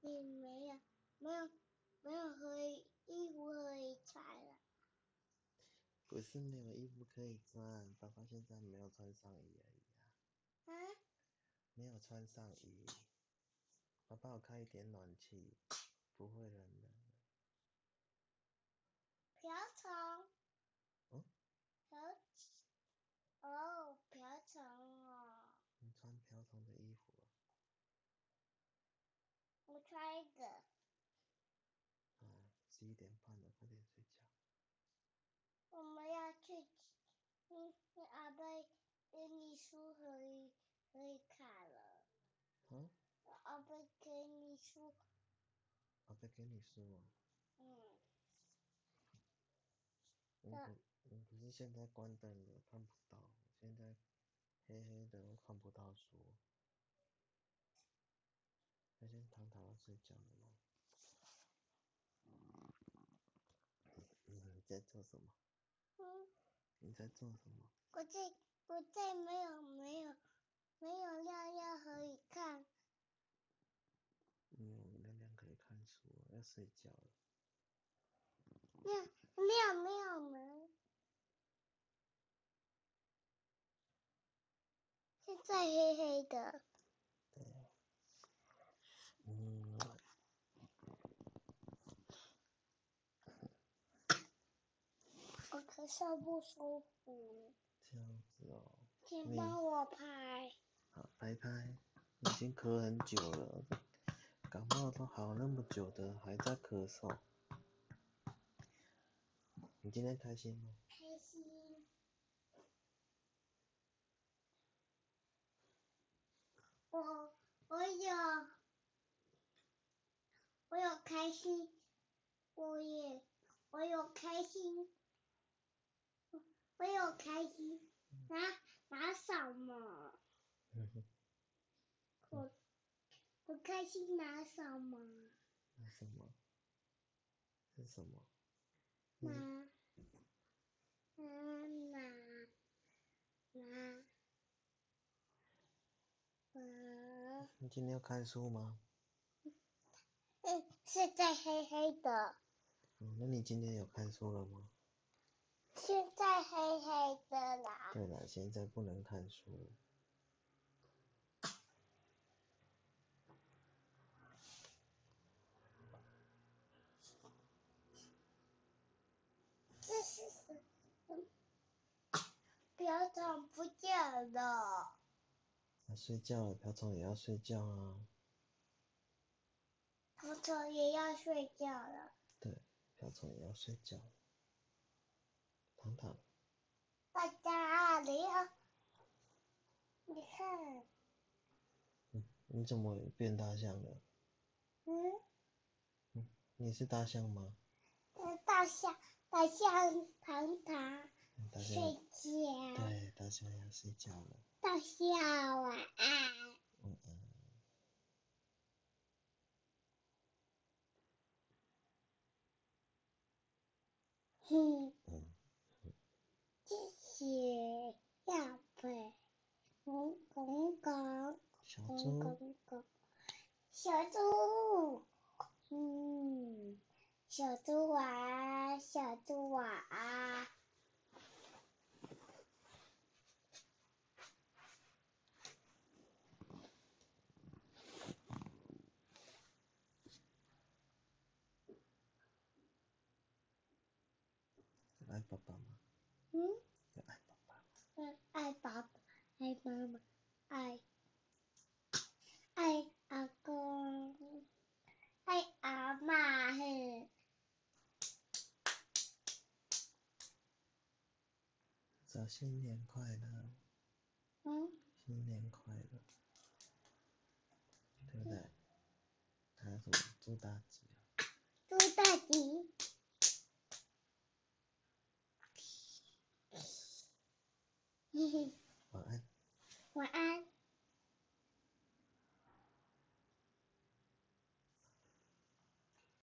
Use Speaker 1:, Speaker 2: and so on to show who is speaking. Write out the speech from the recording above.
Speaker 1: 你没有没有没有可以衣服可以穿了，
Speaker 2: 不是没有衣服可以穿，爸爸现在没有穿上衣而已啊，
Speaker 1: 啊？
Speaker 2: 没有穿上衣。爸爸有开一点暖气，不会冷的。
Speaker 1: 瓢虫。
Speaker 2: 嗯。
Speaker 1: 瓢。哦，瓢虫哦，
Speaker 2: 你穿瓢虫的衣服啊？
Speaker 1: 我穿一个，
Speaker 2: 啊，十一点半了，快点睡觉。
Speaker 1: 我们要去，嗯，阿贝给你书可以可以看了，
Speaker 2: 啊，
Speaker 1: 阿贝给你书，
Speaker 2: 宝贝给你书哦。
Speaker 1: 嗯，
Speaker 2: 我
Speaker 1: 那
Speaker 2: 不，我不是现在关灯了，看不到。现在黑黑的，我看不到书。那现在糖糖要睡觉了吗？嗯，你在做什么？
Speaker 1: 嗯，
Speaker 2: 你在做什么？
Speaker 1: 我这我这没有没有没有尿尿可以看，
Speaker 2: 嗯，亮亮可以看书了，要睡觉了。
Speaker 1: 尿尿没有门，现在黑黑的，
Speaker 2: 对。嗯。
Speaker 1: 我咳嗽哦不舒服。
Speaker 2: 这样子哦，
Speaker 1: 请帮我拍。
Speaker 2: 好，拍拍，已经咳很久了，感冒都好那么久的，还在咳嗽。你今天开心吗？
Speaker 1: 开心。我我有我有开心，我也我有开心，我有开心，拿拿什么？我我开心拿什么？
Speaker 2: 那什么？是什么？
Speaker 1: 拿
Speaker 2: 嗯，
Speaker 1: 拿拿拿，呃，
Speaker 2: 你今天要看书吗？
Speaker 1: 嗯，现在黑黑的，
Speaker 2: 嗯，那你今天有看书了吗？
Speaker 1: 现在黑黑的啦。
Speaker 2: 对了，现在不能看书了。
Speaker 1: 这是什么？表长不见了，
Speaker 2: 那睡觉了，瓢虫也要睡觉啊。
Speaker 1: 头头也要睡觉了。
Speaker 2: 对，瓢虫也要睡觉了。糖糖，
Speaker 1: 大家你要，你看，
Speaker 2: 嗯，你怎么变大象了？
Speaker 1: 嗯，
Speaker 2: 你是大象吗？
Speaker 1: 那大象大象糖糖
Speaker 2: 嗯大象
Speaker 1: 睡觉。
Speaker 2: 对，大象要睡觉了，嗯
Speaker 1: 大啊象晚安。
Speaker 2: 晚安。
Speaker 1: 嗯，
Speaker 2: 嗯，
Speaker 1: 谢谢亚贝，公公公
Speaker 2: 小
Speaker 1: 公
Speaker 2: 猪，
Speaker 1: 公公，小猪，嗯，小猪晚安，小猪晚安。
Speaker 2: 有爱爸爸吗？
Speaker 1: 嗯，
Speaker 2: 有爱爸爸吗？
Speaker 1: 爱爸爸，爱妈妈，爱爱阿公，爱阿妈嘿。
Speaker 2: 早新年快乐，
Speaker 1: 嗯。
Speaker 2: 新年快乐，对不对？还有什么？祝大吉啊！
Speaker 1: 猪大吉。嘿嘿，
Speaker 2: 晚安。
Speaker 1: 晚安。